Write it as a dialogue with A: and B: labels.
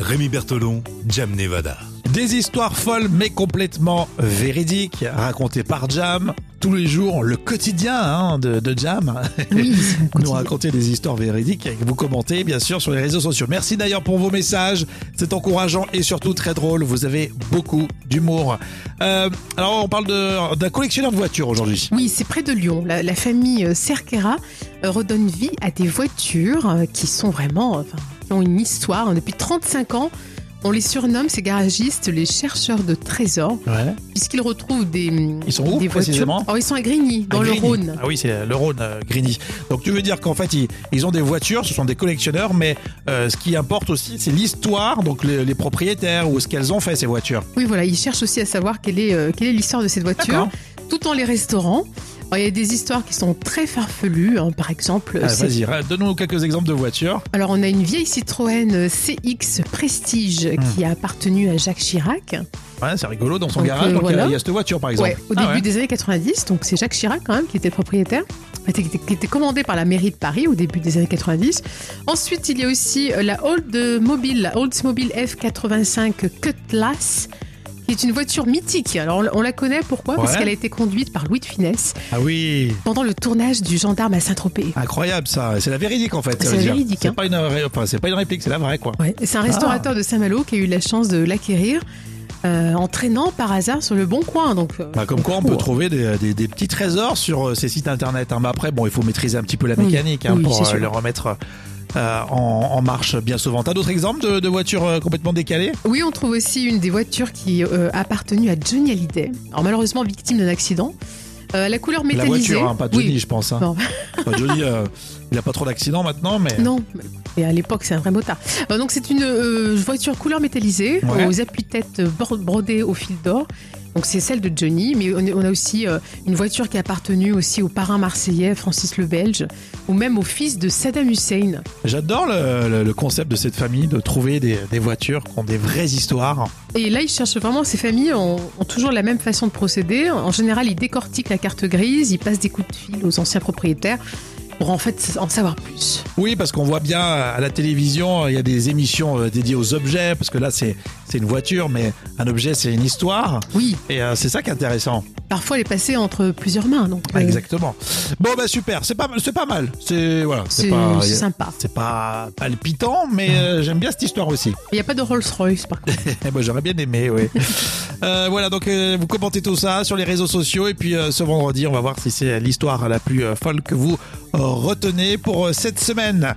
A: Rémi Bertolon, Jam Nevada.
B: Des histoires folles mais complètement véridiques, racontées par Jam. Tous les jours, le quotidien hein, de, de Jam.
C: Oui, c'est un
B: Nous
C: quotidien.
B: raconter des histoires véridiques et que vous commentez bien sûr sur les réseaux sociaux. Merci d'ailleurs pour vos messages. C'est encourageant et surtout très drôle. Vous avez beaucoup d'humour. Euh, alors on parle de- d'un collectionneur de voitures aujourd'hui.
C: Oui, c'est près de Lyon. La, la famille euh, Cerquera euh, redonne vie à des voitures euh, qui sont vraiment, euh, enfin, qui ont une histoire. Depuis 35 ans, on les surnomme, ces garagistes, les chercheurs de trésors,
B: Ouais.
C: puisqu'ils retrouvent des, mm,
B: Ils sont où,
C: des
B: précisément
C: voitures. Oh, ils sont à Grigny, dans
B: À
C: le
B: Grigny.
C: Rhône.
B: Ah oui, c'est le Rhône, euh, Grigny. Donc tu veux dire qu'en fait, ils, ils ont des voitures, ce sont des collectionneurs, mais euh, ce qui importe aussi, c'est l'histoire, donc les, les propriétaires ou ce qu'elles ont fait, ces voitures.
C: Oui, voilà, ils cherchent aussi à savoir quelle est euh, quelle est l'histoire de cette voiture,
B: D'accord.
C: tout en les restaurant. Alors, il y a des histoires qui sont très farfelues, hein. par exemple.
B: Ah,
C: c'est-
B: Vas-y, ra- donne-nous quelques exemples de voitures.
C: Alors on a une vieille Citroën CX Prestige
B: Hmm.
C: qui a appartenu à Jacques Chirac.
B: Ouais, c'est rigolo, dans son
C: Donc,
B: garage,
C: euh,
B: donc, il y a-
C: voilà.
B: il y a cette voiture, par exemple.
C: Ouais, au
B: Ah
C: début
B: ouais.
C: des années 90, donc c'est Jacques Chirac quand même qui était le propriétaire, qui était- qui était commandé par la mairie de Paris au début des années 90. Ensuite, il y a aussi euh, la Oldsmobile, la Oldsmobile F85 Cutlass, qui est une voiture mythique. Alors on, on la connaît pourquoi Parce
B: Ouais.
C: qu'elle a été conduite par Louis de Funès
B: Ah oui,
C: pendant le tournage du Gendarme à Saint-Tropez.
B: incroyable ça. C'est la véridique, en fait. ça
C: C'est
B: veut
C: la
B: dire.
C: véridique,
B: C'est
C: hein.
B: pas, une ré- enfin, c'est pas une réplique, c'est la vraie, quoi.
C: Ouais, C'est un
B: Ah.
C: restaurateur de Saint-Malo qui a eu la chance de l'acquérir euh, en traînant par hasard sur le bon coin. Donc, euh,
B: Bah, comme
C: donc,
B: quoi, on peut
C: oh,
B: trouver des, des- des petits trésors sur euh, ces sites internet. hein. Mais après, bon, il faut maîtriser un petit peu la
C: Oui.
B: mécanique hein,
C: Oui, c'est
B: pour euh,
C: sûr.
B: le remettre euh, en, en marche bien souvent. T'as d'autres exemples de, de voitures euh, complètement décalées
C: Oui, on trouve aussi une des voitures qui euh, a appartenu à Johnny Hallyday. Alors malheureusement victime d'un accident. Euh, la couleur
B: La
C: métallisée.
B: voiture, hein, pas Johnny,
C: Oui.
B: je pense. hein.
C: Non.
B: Enfin, Johnny, euh, il a pas trop d'accidents maintenant, mais
C: Non, et à l'époque c'est un vrai motard. Euh, donc c'est une euh, voiture couleur métallisée
B: Ouais.
C: aux appuis-têtes bord- brodés au fil d'or. Donc c'est celle de Johnny, mais on on a aussi euh, une voiture qui a appartenu aussi au parrain marseillais Francis le Belge, ou même au fils de Saddam Hussein.
B: j'adore le, le- le concept de cette famille de trouver des, des voitures qui ont des vraies histoires.
C: Et là, ils cherchent vraiment, ces familles ont, ont toujours la même façon de procéder. En général, ils décortiquent la carte grise, ils passent des coups de fil aux anciens propriétaires pour en fait en savoir plus.
B: Oui, parce qu'on voit bien euh, à la télévision, il y a des émissions euh, dédiées aux objets, parce que là, c'est c'est une voiture, mais un objet, c'est une histoire.
C: Oui,
B: Et euh, c'est ça qui est intéressant.
C: parfois elle est passée entre plusieurs mains. Donc,
B: Ah,
C: euh,
B: Exactement. Bon bah super, c'est pas c'est pas mal. C'est voilà, c'est
C: C'est
B: pas
C: c'est sympa.
B: c'est pas palpitant, mais euh, j'aime bien cette histoire aussi.
C: Il n'y a pas de Rolls-Royce, par contre.
B: Eh ben, j'aurais bien aimé, oui. Euh, voilà, donc euh, vous commentez tout ça sur les réseaux sociaux et puis euh, ce vendredi, on va voir si c'est l'histoire la plus euh, folle que vous euh, retenez pour euh, cette semaine.